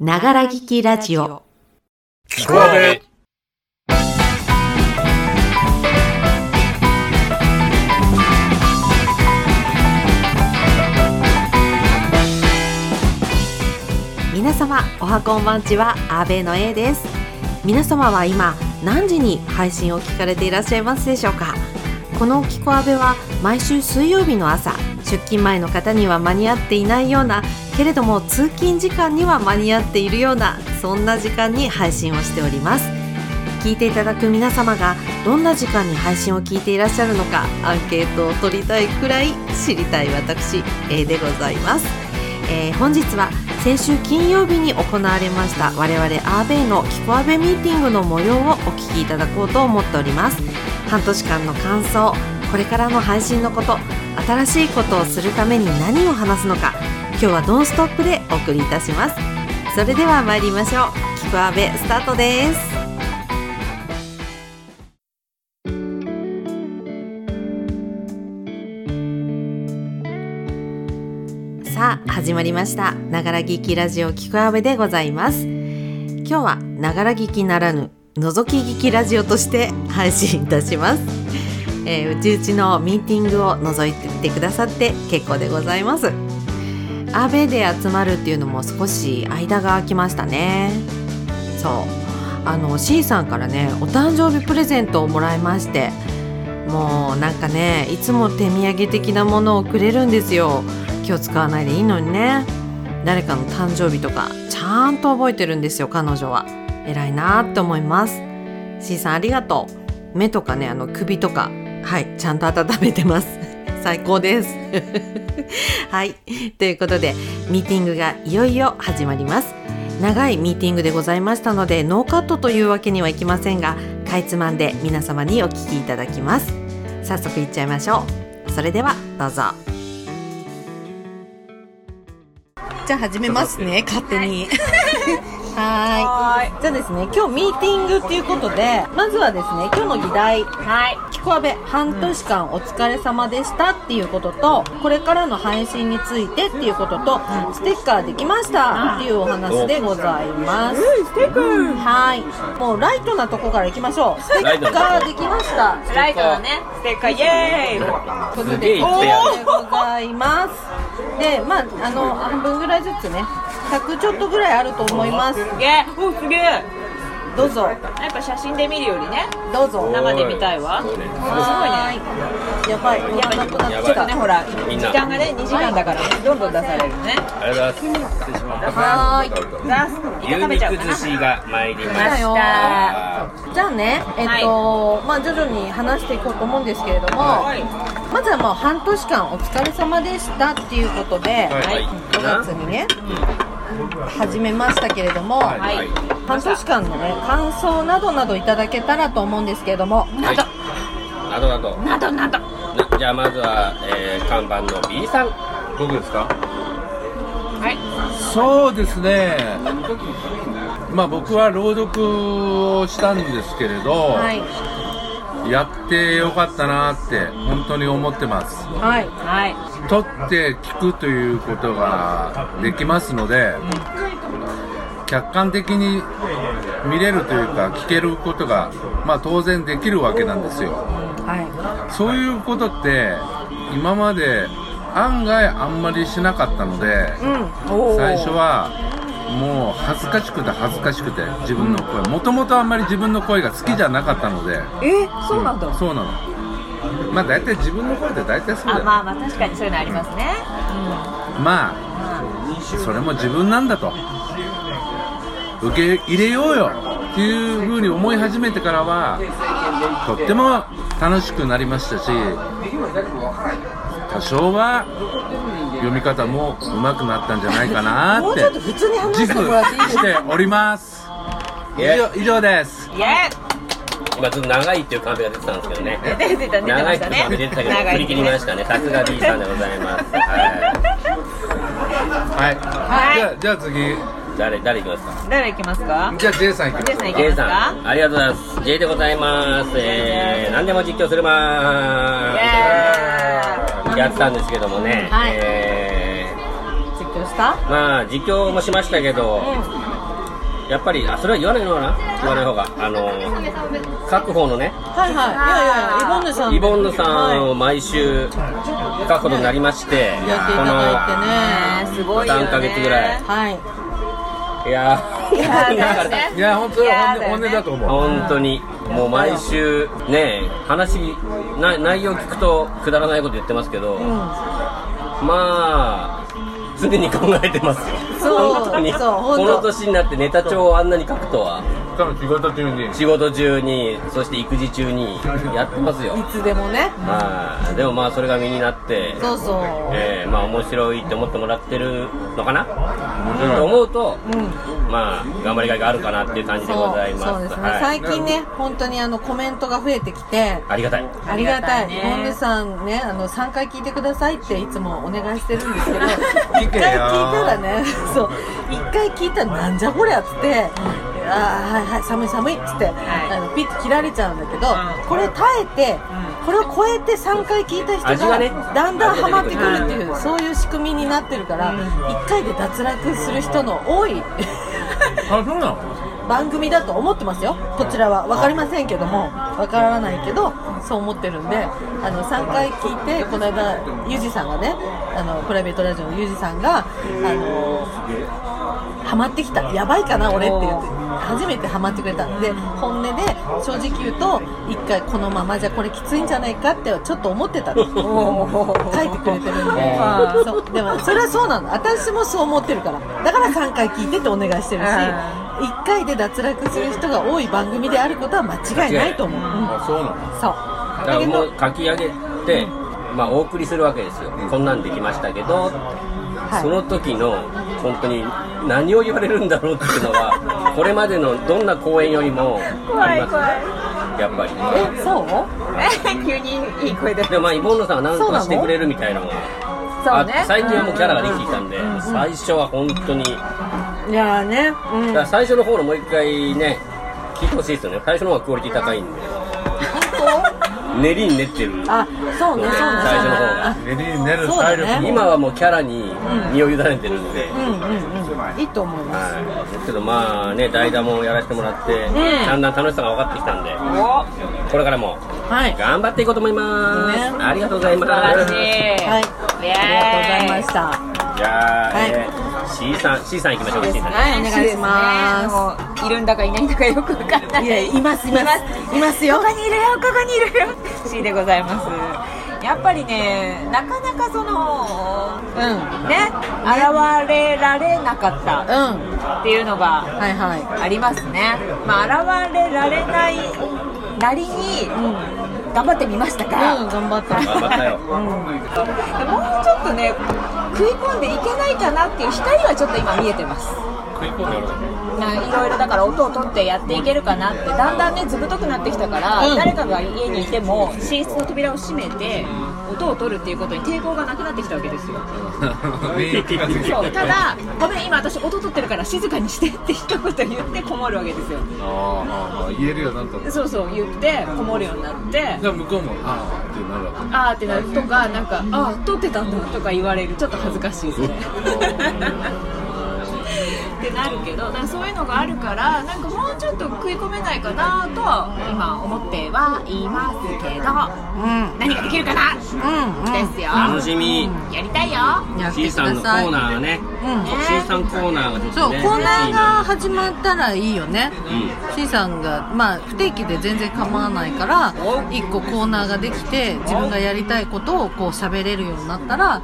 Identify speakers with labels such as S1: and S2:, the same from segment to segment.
S1: ながら聞きラジオ。
S2: 聞こえ
S1: 皆様、おはこんばんちは、阿部の A です。皆様は今、何時に配信を聞かれていらっしゃいますでしょうかこのキコアベは毎週水曜日の朝、出勤前の方には間に合っていないような、けれども通勤時間には間に合っているような、そんな時間に配信をしております。聞いていただく皆様がどんな時間に配信を聞いていらっしゃるのかアンケートを取りたいくらい知りたい私 A でございます、えー本日は先週金曜日に行われました我々アーベイのキコアベミーティングの模様をお聞きいただこうと思っております半年間の感想これからの配信のこと新しいことをするために何を話すのか今日は「ノンストップ!」でお送りいたしますそれでは参りましょうキコアベスタートですさあ始まりましたながら聞きラジオ聞くあべでございます今日はながら聞きならぬ覗き聞きラジオとして配信いたします、えーうちうちのミーティングを覗いてみてくださって結構でございますアベで集まるっていうのも少し間が空きましたねそうあの C さんからねお誕生日プレゼントをもらいましてもうなんかねいつも手土産的なものをくれるんですよ気を使わないでいいのにね誰かの誕生日とかちゃんと覚えてるんですよ彼女は偉いなって思います C さんありがとう目とかねあの首とかはいちゃんと温めてます 最高です はいということでミーティングがいよいよ始まります長いミーティングでございましたのでノーカットというわけにはいきませんがかいつまんで皆様にお聞きいただきます早速いっちゃいましょうそれではどうぞじゃあ始めますね勝手に はーいじゃあですね今日ミーティングっていうことでまずはですね今日の議題
S3: はい。
S1: 「きこあべ半年間お疲れ様でした」っていうこととこれからの配信についてっていうこととステッカーできましたっていうお話でございますステッカーはいもうライトなとこからいきましょうステッカーできました
S3: ライトだね。ステッカー、イエーイ
S1: というこ
S2: す
S1: と
S2: げ
S1: で
S2: え言ってやる
S1: ございますでまああの半分ぐらいずつね100ちょっとぐらいあると思います
S3: すげえおすげえや
S1: どうぞ
S3: っぱ写真で見るよりね、
S1: どうぞ
S3: 生で見たいわ。すごいね。
S1: はいやばいやばいなくな
S2: や
S1: って
S2: ばい
S3: ちょっと
S1: た
S3: ね、ほら、時
S2: みんな
S3: 間がね、2時間だから、どんどん出されるね。
S2: ありがとうございます失礼します
S1: はーい
S3: ザス、
S2: 牛
S3: 食べちゃうか
S2: 肉
S3: な
S2: 寿。司が参りま
S1: 来た
S2: し
S1: よ
S3: は
S2: た
S1: じゃあね、えっと、まあ徐々に話していこうと思うんですけれども、
S3: い。
S1: まずはもう半年間お疲れ様でしたっていうことで、
S2: はい
S1: 5月にね、始めましたけれども、
S2: はい
S3: はい。
S1: 半年間のね、感想などなどいただけたらと思うんですけれども、
S2: はいなどなど
S3: などなど。
S2: なじゃあまずは、えー、看板の B さん僕ですか
S3: はい。
S4: そうですね、まあ、僕は朗読をしたんですけれど、
S1: はい、
S4: やってよかったなって本当に思ってます
S1: はい、
S3: はい。
S4: 撮って聞くということができますので客観的に見れるというか聞けることが、まあ、当然できるわけなんですよ
S1: は
S4: そういうことって今まで案外あんまりしなかったので、
S1: い、うん、おー
S4: 最初、はもう恥ずかしくて恥ずかしくて自分の声もともとあんまり自分の声が好きじゃなかったので
S1: え、そうなんだ。
S4: そうなのまあ大体自分の声って大体そうだ
S3: あ、
S4: よ
S3: まあ
S4: ま
S3: まあ、確かにそういうのありますね。
S4: あそれも自分なんだと受け入れようよっていう風に思い始めてからはとっても楽しくなりましたし多少は読み方も上手くなったんじゃないかな
S1: も
S4: っ
S1: う
S4: て
S1: ちょっと普通に話し
S4: 自
S1: て
S4: 負
S1: もらっていいです
S4: し
S1: か
S4: ております以上以上です
S3: イエ
S2: 今ちょっと長いっていうカンペが出てたんですけどね
S3: ーイ出てた、出てま
S2: 長いっ
S3: して
S2: い
S3: た
S2: うカンペ出
S3: ね。
S2: てたけど振り切りましたねさすが B さんでございますはい
S4: はい、
S3: はい
S4: じゃあじゃあ次
S2: 誰誰いきますか
S3: 誰行きますか
S4: じゃあ J さんいきま
S3: ジ
S4: す
S3: ェイさん行き
S2: J
S3: ます
S2: さ
S3: か
S2: んありがとうございます J でございますえー、何でも実況するま
S3: イエ
S2: ーすやってたんですけどもね、
S1: はい
S2: えー
S1: 実況した
S2: まあ実況もしましたけど、やっぱりあそれは言わないのかな言わない方があの各方のね
S1: はいはい。いやいやいや、イボンヌさん。
S2: イボンヌさん
S1: は
S2: を毎週書くことになりまして
S1: いやっていただいてね。すごいよね。
S2: 3ヶ月ぐらい
S1: はい。
S2: このいや
S1: いやー
S2: ー
S1: だよね
S4: いや本当
S1: い
S4: に
S1: や
S4: 本
S1: だ
S4: 音本音
S1: よね
S4: だと思う
S2: 本当にもう毎週ね話な内容聞くとくだらないこと言ってますけど、
S1: うん
S2: まあ常に考えてますよ
S1: そう
S2: 本当に
S1: そう本当
S2: この年になってネタ帳をあんなに書くとは
S4: 多分仕事中に
S2: 仕事中にそして育児中にやってますよ
S1: いつでもね。
S2: まあでもまあそれが身になって
S1: そうそう。
S2: えーまあ面白いって思ってもらってるのかな
S4: 面
S2: と
S4: 白い
S2: 思うと、
S1: うん。
S2: まあ頑張りがいがあるかなっていう感じで
S1: そ、
S2: ございうます
S1: そうですね。
S2: はい
S1: 最近ね、本当にあのコメントが増えてきて。
S2: ありがたい
S1: ありがたい。
S3: ね
S1: ボンヌさんね、あの3回聞いてくださいっていつもお願いしてるんですけど、1回聞
S4: 聞
S1: い
S4: け
S1: た
S4: よ
S1: らね、 そう、1回聞いたらなんじゃこりゃっつって、ああはいはい寒い寒いっつって、
S3: はい
S1: あのピッて切られちゃうんだけど、
S3: うん
S1: これ耐えて、これを超えて3回聞いた
S2: 味
S1: 人
S2: が
S1: が
S2: ね
S1: だんだんハマってくるっていう、
S2: う
S1: そういう仕組みになってるから、1回で脱落する人の多い
S4: あそうなの
S1: 番組だと思ってますよこちらは分かりませんけども分からないけどそう思ってるんであの3回聞いてこの間ゆうじさんがねあのプライベートラジオのゆうじさんがあのハマってきたやばいかな俺って言って初めてハマってくれたんで本音で正直言うと1回このままじゃこれきついんじゃないかってちょっと思ってたの書いてくれてるんで
S3: はい
S1: そうでもそれはそうなの私もそう思ってるからだから3回聞いてってお願いしてるし
S3: は
S1: 1回で脱落する人が多い番組であることは間違いないと思う、うん
S4: あそうなの
S1: そう
S2: だか
S1: だ
S2: ら
S1: け
S2: も
S1: ど
S2: う書き上げて、まあ、お送りするわけですよ、こんなんできましたけど、
S1: い
S2: その時の本当に何を言われるんだろうっていうのはこれまでのどんな公演よりもありますやっぱり
S1: えそう
S3: 急にいい声で
S2: でもまあイボンヌさんは何とかしてくれるみたいなのが
S3: そう
S2: あ
S3: ね
S2: 最近はもうキャラができてきたんで、最初は本当に、だか
S1: いやーね、うん、
S2: ら最初の方のもう一回ね聞いてほしいですよね最初の方がクオリティ高いんで練りに練ってる
S1: あそうねそうねそうね
S2: 最初の方が
S1: あ
S4: 練りに練る
S1: そうだ
S4: 体
S1: ね
S4: 力も
S2: 今はもうキャラに身を委ねてるんで、
S1: うんうんうんいいと思います
S2: はい、ですけどまあね代打もやらせてもらって、だんだん楽しさが分かってきたんでこれからも
S1: はい
S2: 頑張っていこうと思います、
S1: ね
S2: ありがとうございます
S3: 素晴らしい
S1: はい
S3: イエーイ
S1: ありがとうございました
S2: いやー、
S1: はい
S2: えー C さん C さん行きましょう C さん
S1: はいお願いします
S3: いるんだかいないんだかよくわかんない
S1: いやいますいますいますよ
S3: ここにいるよここにいるよ C でございますやっぱりねなかなかその
S1: うん
S3: ね現れられなかっ
S1: うん
S3: たっていうのが
S1: はいはい
S3: ありますねまあ現れられないなりに頑張ってみましたから、
S1: うん頑張った
S2: 頑張ったよ
S3: もうちょっとね食い込んでいけないかなっていう光はちょっと今見えてます
S2: 食い込んでる
S3: ないろいろだから音を取ってやっていけるかなってだんだんねずぶとくなってきたから、
S1: うん
S3: 誰かが家にいても寝室の扉を閉めて音を取るっていうことに抵抗がなくなってきたわけですよそうただごめん今私音取ってるから静かにしてって一言言ってこもるわけですよ
S4: ああ言えるようになったんだ
S3: そうそう言ってこもるようになって
S4: じゃあ向こうもああってなるわけ
S3: あーってなるとかなんかあー撮ってたんだとか言われるちょっと恥ずか しいですねってなるけどだからそういうのがあるからなんかもうちょっと食い込めないかなとは今思ってはいますけど
S1: うん
S3: 何ができるかな、
S1: うんうん
S3: ですよ
S2: 楽しみ
S3: やりたいよ
S1: やってく
S2: C
S1: だ
S2: さ
S1: さい
S2: んのコーナーが
S1: う
S2: ね
S1: ん
S2: C さんコーナーができて
S1: そう
S2: ね
S1: コーナーが始まったらいいよね
S2: うん、
S1: C さんが、まあ、不定期で全然構わないから1個コーナーができて自分がやりたいことをこう喋れるようになったら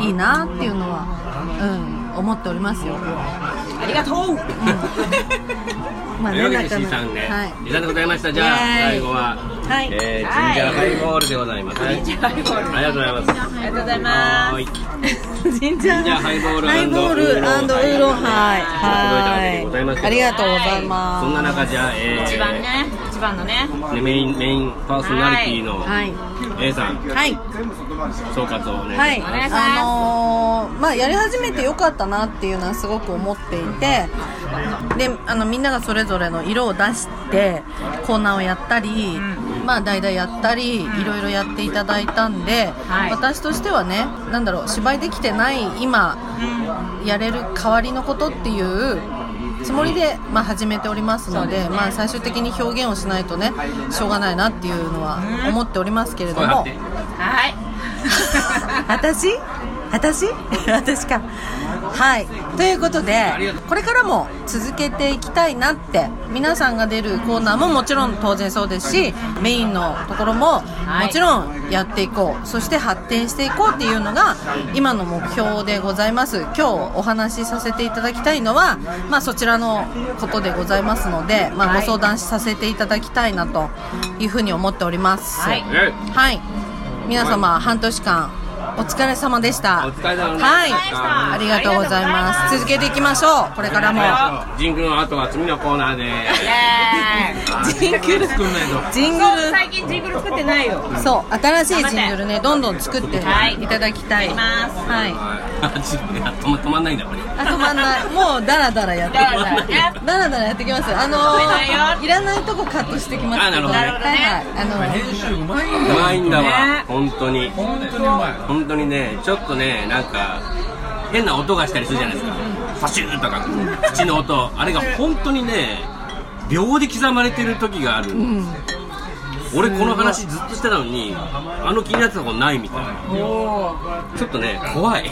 S1: いいなっていうのは、うん、思っておりますよ、
S3: ありがとう
S1: ま
S2: というわ
S1: な
S2: けで
S1: かな
S2: C さんね、
S1: はい
S2: 時短でございましたじゃあ
S1: イエーイ
S2: 最後は、
S1: はい
S2: えー、ジンジャーハイボールでございます、はい、ジンジャーハイボールありがとうございま
S3: あ
S2: す
S3: りがとうござい
S2: は
S3: ま
S2: ーい
S1: ジンジャー
S2: ジンジャーハイボール
S1: ハイボールウーロン
S2: ウーロンハイ
S1: ハイ
S2: ということでございます
S1: は
S2: けど
S1: いありがとうござい
S2: そんな
S1: ま
S2: 中じゃあ、えー、
S3: す一番ね一番のね
S2: ねメインメインパーソナリティ
S1: す
S2: の
S1: はい
S2: A さん
S1: はい
S2: 総括をお願いします、
S1: はい、
S3: 願いします
S1: あのーまあやり始めてよかったなっていうのはすごく思っていてであのみんながそれぞれの色を出してコーナーをやったり、まあ代々やったり、いろいろやっていただいたんで、
S3: はい
S1: 私としてはねなんだろう芝居できてない今やれる代わりのことっていうつもりで、まあ、始めておりますのでまあ、最終的に表現をしないとねしょうがないなっていうのは思っておりますけれど
S4: 声張っ
S1: も
S4: て
S3: はい
S1: 私私私かはいということで
S4: りがとう
S1: これからも続けていきたいなって皆さんが出るコーナーももちろん当然そうですしメインのところもも
S3: い
S1: ちろんやっていこうそして発展していこうっていうのが今の目標でございます今日お話しさせていただきたいのは、まあ、そちらのことでございますので、まあ、
S3: は
S1: ご
S3: い
S1: 相談させていただきたいなというふうに思っております、
S3: はい
S4: え
S1: はい。皆様、半年間、お疲れ様でした。
S4: お疲れ様でした
S1: はい。
S3: あ
S1: ありがとうございます。続けていきましょう。これからも。
S2: ジングルの後は次のコーナーで
S3: イエーイ
S1: ジングル、
S4: 作んないと
S1: ジング
S3: そう
S1: ル。
S3: 最近ジングル作ってないよ
S1: そう、新しいジングルね、どんどん作って
S3: はい
S1: いただきたい。
S3: やります
S1: はい。
S2: はいジングルが止ま止まんないんだこれ
S1: あ、止まんない。もう、ダラダラやって
S3: だからさね
S1: ダラダラやってきます。あの
S3: 止めない
S1: ー、
S3: よ
S1: いらないとこカットしてきますけど。
S2: あなる
S3: ほどね
S1: はいはい。あのー、
S4: 編集うまいんだ
S2: うまいんだわ
S3: ね
S2: 本当に
S4: 本当にうまい
S2: 本当にねちょっとねなんか変な音がしたりするじゃないですかパシューとか口の音あれが本当にね秒で刻まれてる時がある、俺この話ずっとしてたのにあの気になってたことないみたいなちょっとね怖い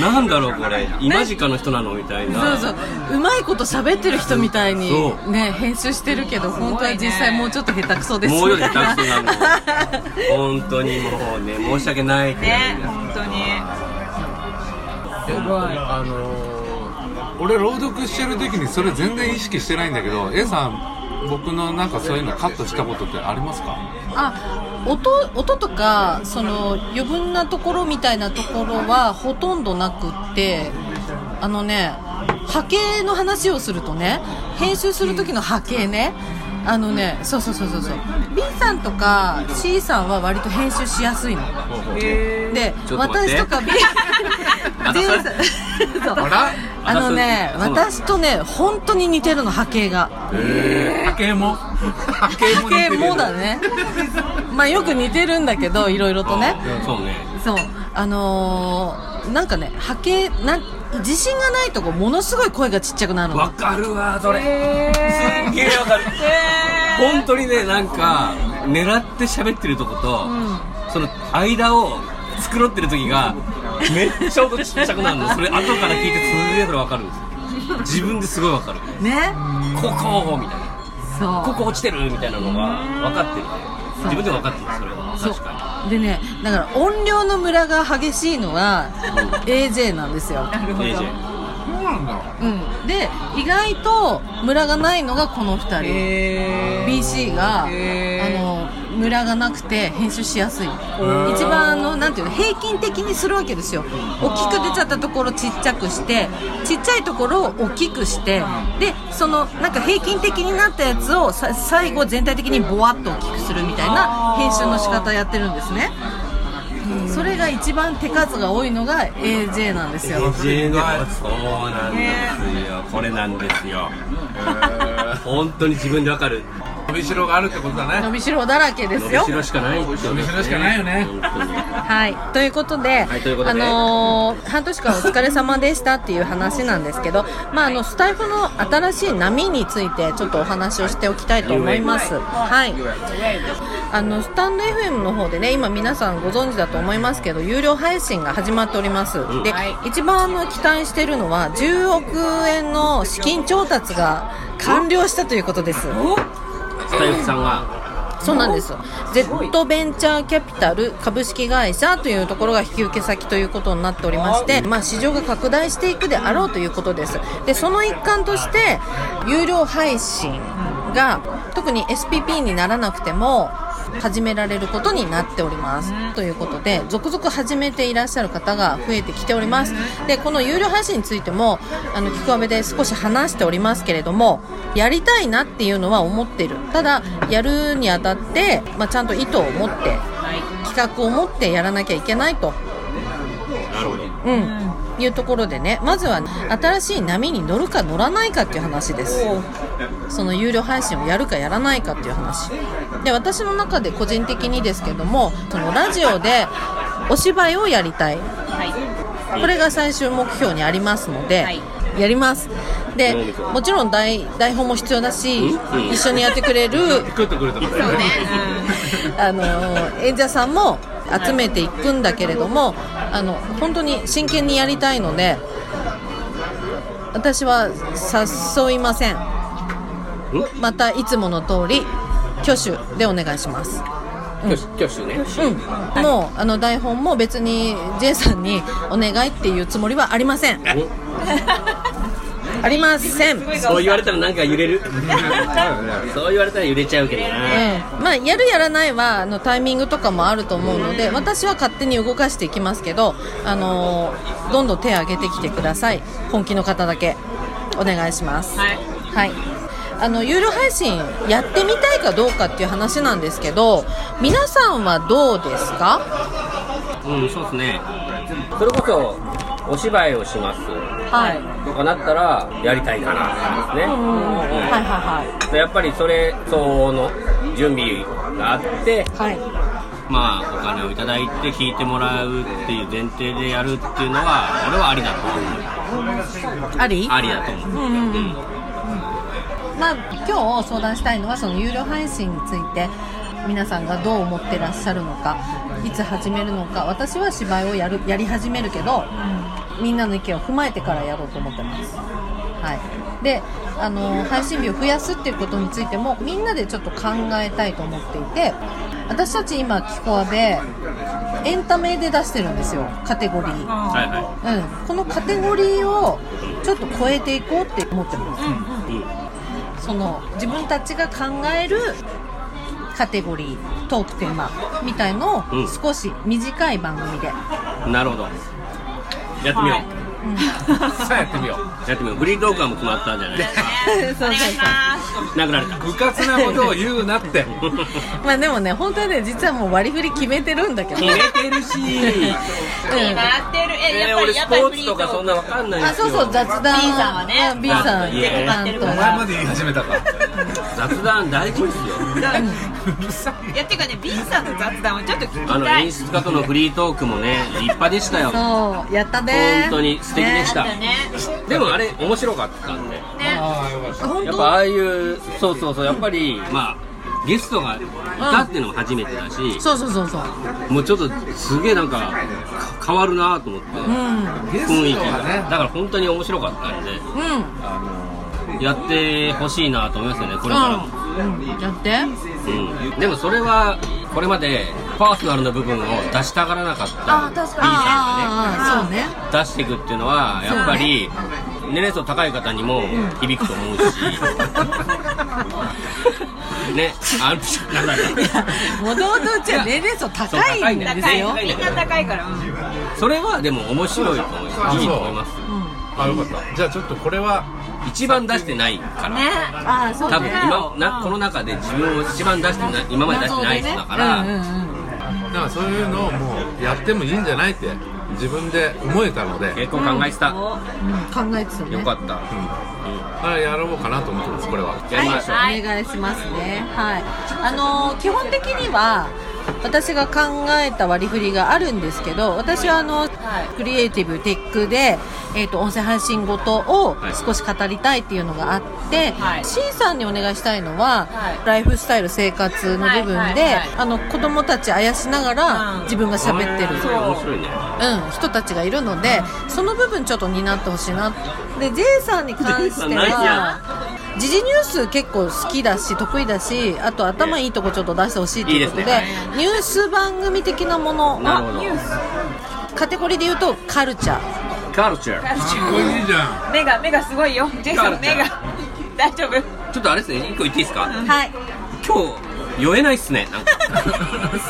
S2: なんだろうこれ今近の人なのみた
S1: そ
S2: い
S1: う
S2: な
S1: そううまいこと喋ってる人みたいに
S2: そ
S1: ね編集してるけど本当は実際もうちょっと下手くそです
S2: もうより下手くそなの 本当にもうね申し訳ないけど、
S3: ね本当に
S4: すごいあのー、俺朗読してる時にそれ全然意識してないんだけど A さん僕のなんかそういうのカットしたことってありますか
S1: あ音音とかその余分なところみたいなところはほとんどなくってあのね波形の話をするとね編集する時の波形ねあのねそうそうそうそうそう B さんとか C さんは割と編集しやすいので
S2: ちょっと待っ
S1: 私
S2: て
S1: とか B
S2: あ
S1: B さんそう
S4: あら
S1: あのね、
S2: あそうなん
S1: 私とね、本当に似てるの、波形が。
S4: 波形も波
S1: 波形もだ
S4: ね
S1: ね。まあよく似てるんだけど、いろいろとね。
S2: そうね
S1: そう。あのー、なんかね、波形、なん、自信がないとこ、ものすごい声がちっちゃくなる
S2: わ
S1: の。
S2: かるわそれすっげえわかる本当にねなんか狙って喋ってるとこと、その間を繕ってる時がめっちゃ音ちっちゃくなるのそれ後から聞いてすげえそれわかるんですよ自分ですごいわかる
S1: ね。
S2: ここみたいな
S1: そ
S2: ここ落ちてるみたいなのが分かってる自分でも分かってるそれは
S1: う。そう
S2: 確か
S1: でね、だから音量のムラが激しいのは AJ なんですよ。
S2: に AJ
S4: そうなんだ
S1: うん、で意外とムラがないのがこの2人、BC が、あのムラがなくて編集しやすい一番あのなんていうの平均的にするわけですよ大きく出ちゃったところちっちゃくしてちっちゃいところを大きくしてでそのなんか平均的になったやつをさ最後全体的にボワッと大きくするみたいな編集の仕方やってるんですねそれが一番手数が多いのが AJ なんですよ
S2: そうなんですよこれなんですよ本当に自分で分かる
S4: 伸びしろがあるってことだ
S1: 伸
S4: ね
S1: びしろだらけで
S2: 伸
S1: す
S2: び
S1: よ
S2: しろしかない伸びし
S4: 伸びしろしかないよね
S1: はい、ということで、
S2: はいということで
S1: あのー半年間お疲れ様でしたっていう話なんですけど、まあ、あのスタイフの新しい波についてちょっとお話をしておきたいと思います。はい、あのスタンド FM の方でね今皆さんご存知だと思いますけど有料配信が始まっております、で、一番あの期待してるのは10億円の資金調達が完了したということです。
S2: スタイフさんが
S1: そうなんです Z ベンチャーキャピタル株式会社というところが引き受け先ということになっておりまして、まあ、市場が拡大していくであろうということですでその一環として有料配信が特に SPP にならなくても始められることになっております。ということで、続々始めていらっしゃる方が増えてきております。で、この有料配信についても、あの、聞く阿部で少し話しておりますけれども、やりたいなっていうのは思ってる。ただ、やるにあたって、まあ、ちゃんと意図を持って、企画を持ってやらなきゃいけないとうん、いうところでねまずは新しい波に乗るか乗らないかっていう話ですその有料配信をやるかやらないかっていう話で私の中で個人的にですけどもそのラジオでお芝居をやりたい
S3: はい
S1: これが最終目標にありますので、
S3: はい
S1: やりますで
S2: 飲んでくる
S1: もちろん台台本も必要だし
S2: うん
S1: 一緒にやってくれる
S4: 食ってくれたからね
S1: あの演者さんも集めていくんだけれどもあの本当に真剣にやりたいので私は誘いませんまたいつもの通り挙手でお願いします
S2: 挙手ね
S1: うん、もうあの台本も別に J さんにお願いっていうつもりはありません ありません、え
S2: そう言われたらなんか揺れるそう言われたら揺れちゃうけどな
S1: えまあ、やるやらないはあのタイミングとかもあると思うので私は勝手に動かしていきますけど、あのーどんどん手を挙げてきてください本気の方だけお願いします
S3: はい
S1: はい、あの有料配信やってみたいかどうかっていう話なんですけど皆さんはどうですか、
S2: うんそうですねそれこそお芝居をします
S1: はい、はい
S2: とかなったらやりたいかなですね、
S1: はいはい
S2: やっぱりそれ相応の準備があって
S1: はい
S2: まあお金をいただいて聞いてもらうっていう前提でやるっていうのは俺はありだと思う
S1: あり
S2: ありだと思う、うん
S1: まあ、今日相談したいのはその有料配信について皆さんがどう思ってらっしゃるのかいつ始めるのか私は芝居をやるやり始めるけど、みんなの意見を踏まえてからやろうと思ってます、はい、であの配信日を増やすっていうことについてもみんなでちょっと考えたいと思っていて私たち今キコアでエンタメで出してるんですよカテゴリー
S2: はいは
S1: うん、このカテゴリーをちょっと超えていこうって思ってます、その自分たちが考えるカテゴリートークテーマみたいのを
S2: うん
S1: 少し短い番組で、
S2: いなるほどやってみよう、
S3: はい
S4: さあやってみよう
S2: やってみようフリートークはもう決まったんじゃないです か
S1: そうそうそう
S2: なくなれた
S4: 部活なことを言うなって
S1: まあでもね本当はね実はもう割り振り決めてるんだけど、
S2: 決
S1: うん、
S2: めてるし、
S3: やってるえ
S2: ね、
S3: やっぱ
S2: 俺
S3: り
S2: ス
S3: やっ
S2: ポ
S3: ぱり
S2: ー
S3: フリ
S2: ツ
S3: ー
S2: と
S3: ト
S2: かそんなわかんないん
S1: あ
S2: ですよ
S1: そうそう雑談
S3: B さんはね
S1: B さん
S2: いえ
S1: 担当
S4: お前まで言い始めたか
S2: 雑談大事ですよ
S4: うるさ
S3: いやっていうかね B さんの雑談をちょっと聞
S2: あ
S3: き
S2: の
S3: たい
S2: 演出家とのフリートークもね立派でしたよ
S1: そうやったね
S2: 本当に素敵でした
S3: だね
S2: でもあれ面白かったんで
S3: ね
S1: 本
S2: やっ
S1: 当
S2: ぱああいうそうそうそうやっぱりまあゲストがいたっていうのも初めてだし、
S1: そうそうそうそう
S2: もうちょっとすげえなんかか変わるなと思って、
S1: うん
S2: 雰
S4: ゲス
S2: 囲気
S4: ト
S2: が
S4: は
S2: ね
S4: ね
S2: だから本当に面白かったんで
S1: うん
S2: やってほしいなと思いますよねこれからも、
S1: うん、やって
S2: うんでもそれはこれまでパーソナルな部分を出したがらなかった
S1: あ確かに
S2: い
S1: ああそうね
S2: いね出していくっていうのはやっぱり年齢層高い方にも響く と思うし、ねあのなんだろう
S1: もともとうちは年齢層高
S2: そう高
S1: い
S2: い
S1: ん
S2: ね
S1: です
S3: 高い
S1: よ。
S3: みんな高いからうん
S2: それはでも面白いと思いま
S4: あ
S2: すいい
S4: そう
S2: と思います
S4: あよかったじゃあちょっとこれは
S2: 一番出してないから、
S3: ね
S1: ああ、そ
S2: 多分今なこの中で自分を一番出してない今まで出してない人だから、
S1: うんうんうん
S4: だからそういうのをもうやってもいいんじゃないって自分で思えたので、
S2: 結構考えてた、よ
S1: うん、考えてたね。
S2: かった、
S4: あやろうかなと思ってますこれは
S2: やりましょう、
S1: はい、お願いしますね。はい。あのー基本的には。私が考えた割り振りがあるんですけど私はあの、クリエイティブテックで、えー、と音声配信ごとを
S2: はい
S1: 少し語りたいっていうのがあって、
S3: はい
S1: C さんにお願いしたいのは、
S3: はい
S1: ライフスタイル生活の部分で、
S3: はいはいはい
S1: あの子供たちあやしながら、
S3: うん
S1: 自分が喋ってる、
S2: それ面白いね
S1: うん、人たちがいるのでその部分ちょっと担ってほしいなで J さんに関
S2: J さ
S1: し
S2: ん
S1: て
S2: ないじゃ
S1: は時事ニュース結構好きだし得意だしあと頭いいとこちょっと出してほしいということで
S2: いいです
S1: ニュース番組的なもの
S2: なるほど
S1: カテゴリーで言うとカルチャー
S2: カルチャー
S4: これいいじゃ
S3: 目が目がすごいよジェイさんの目が大丈夫
S2: ちょっとあれですね一個言っていいですか、
S1: はい
S2: 今日酔えないっすねなんか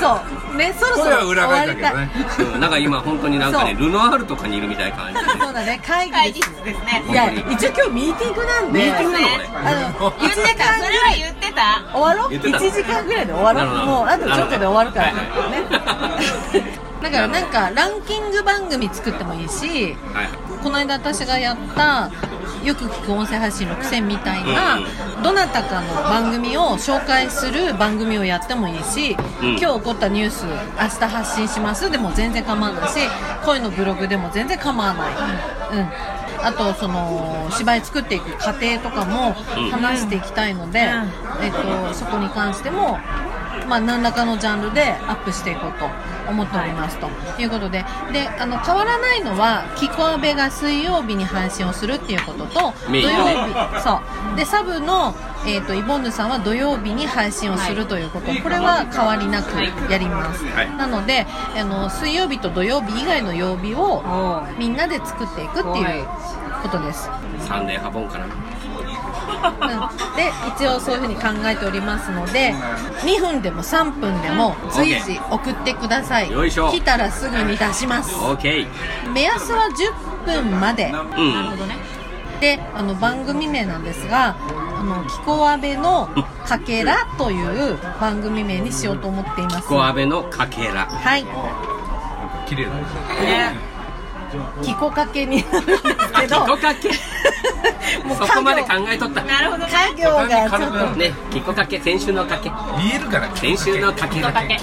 S1: そうねそろそ
S4: これは
S1: ろ終
S4: 裏返
S1: わ
S4: った
S1: り
S4: けど
S1: たい
S4: ね
S2: うんなんか今本当になんかね
S1: そ
S2: ルノアールとかにいるみたいな感じで
S1: そうだね会
S3: 会
S1: 議
S3: 議
S1: です
S3: 室ですね
S1: いや一応今日ミーティングなんで
S2: ミーティング なのこ
S1: あの
S3: 言ってたそれは言ってた
S1: 終わろう
S2: 言っ
S1: 1
S2: てた
S1: 時間ぐらいで終わ
S2: なる
S1: ろ
S2: ほ
S1: う
S2: ど
S1: もうあとちょっとで終わるから
S2: な
S1: ね
S2: るほどはいは
S1: だからなんかランキング番組作ってもいいし
S2: れはい
S1: この間私がやったよく聞く音声配信6000みたいなどなたかの番組を紹介する番組をやってもいいし、
S2: うん
S1: 今日起こったニュース明日発信しますでも全然構わないし声のブログでも全然構わない、うんあとその芝居作っていく過程とかも
S2: ん
S1: 話していきたいので、えっとそこに関しても、まあ、何らかのジャンルでアップしていこうと思っておりますということでであの変わらないのは「キコアベ」が水曜日に配信をするっていうことと土
S2: メイン
S1: 曜
S2: ね
S1: 日そうでサブの、えっとイボンヌさんは土曜日に配信をするということ、これは変わりなくやります、
S2: はい
S1: なのであの水曜日と土曜日以外の曜日を
S3: お
S1: みんなで作っていくっていうことです、
S2: サンデーハボンかな
S1: うんで一応そういうふうに考えておりますので2分でも3分でも随時送ってください
S2: よいしょ
S1: 来たらすぐに出します
S2: オーケー
S1: 目安は10分まで
S2: うん
S3: なるほどね
S1: であの番組名なんですが「あの気候阿部のかけら」という番組名にしようと思っています
S2: 小阿部のかけら
S1: はい
S4: 綺麗だね
S3: ね
S1: 気候かけになるんですけど
S2: あ 気候かけ
S1: もう
S2: そこまで考えとった
S3: なるほどね
S1: 家業がちょっと
S2: ねきこかけ先週のかけ
S4: 見えるから
S2: 先週のかけ
S3: かけ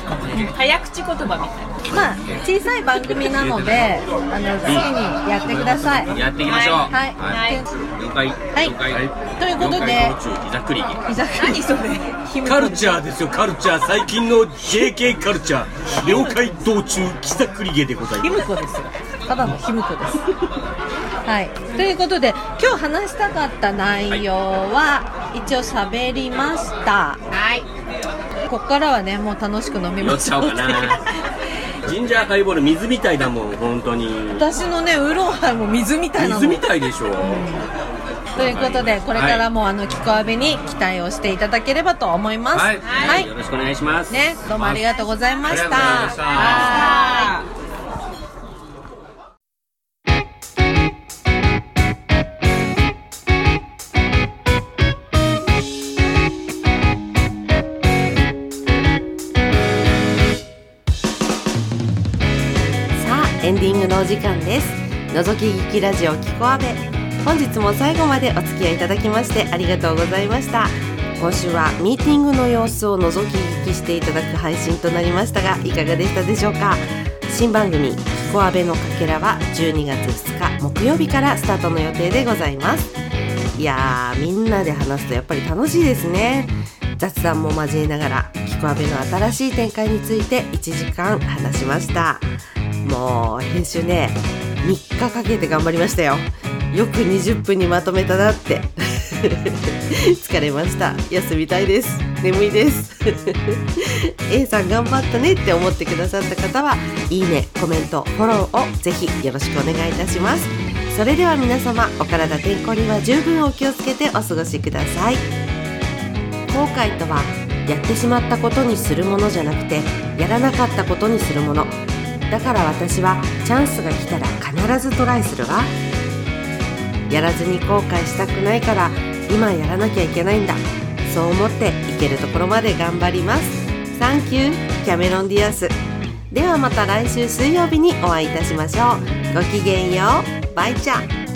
S3: 早口言葉み
S1: まあ小さい番組なのであの好きにやってください
S2: やっていきましょう
S3: はい
S1: はい、
S2: は
S3: はい
S2: い了解
S1: はい
S2: 了解
S1: ということで
S2: 了解道中ざっくり
S1: 居酒
S3: たいな何それ
S2: カルチャーですよカルチャー最近の JK カルチャー了解道中キサクリゲでござい
S1: ひ
S2: ま
S1: むこですよただのひむこですはいということで今日話したかった内容は一応喋りました
S3: はい
S1: ここからはねもう楽しく飲み
S2: す
S1: ま
S2: 酔っ
S1: し
S2: ちゃ
S1: ょ
S2: おう
S1: う
S2: かなジンジャーハイボール水みたいだもん本当に
S1: 私のねウーロンハイも水みたいなの
S2: 水みたいでしょ
S1: ということでこれからもあの菊阿部に期待をしていただければと思います
S4: はい
S1: は
S2: よ
S1: い
S2: ろしくお願いします
S1: ねどうもありがとうございました
S4: ありがとうございました
S1: はい
S5: さあエンディングのお時間ですのぞき聞きラジオきこあべ本日も最後までお付き合いいただきましてありがとうございました今週はミーティングの様子を覗き聞きしていただく配信となりましたがいかがでしたでしょうか新番組「きこあべのかけら」は12月2日木曜日からスタートの予定でございますいやーみんなで話すとやっぱり楽しいですね雑談も交えながらきこあべの新しい展開について1時間話しましたもう編集ね3日かけて頑張りましたよよく20分にまとめたなって 疲れました休みたいです眠いです A さん頑張ったねって思ってくださった方はいいねコメントフォローをぜひよろしくお願いいたしますそれでは皆様お体健康には十分お気をつけてお過ごしください後悔とはやってしまったことにするものじゃなくてやらなかったことにするものだから私はチャンスが来たら必ずトライするわやらずに後悔したくないから今やらなきゃいけないんだそう思っていけるところまで頑張りますサンキューキャメロンディアスではまた来週水曜日にお会いいたしましょうごきげんようバイチャー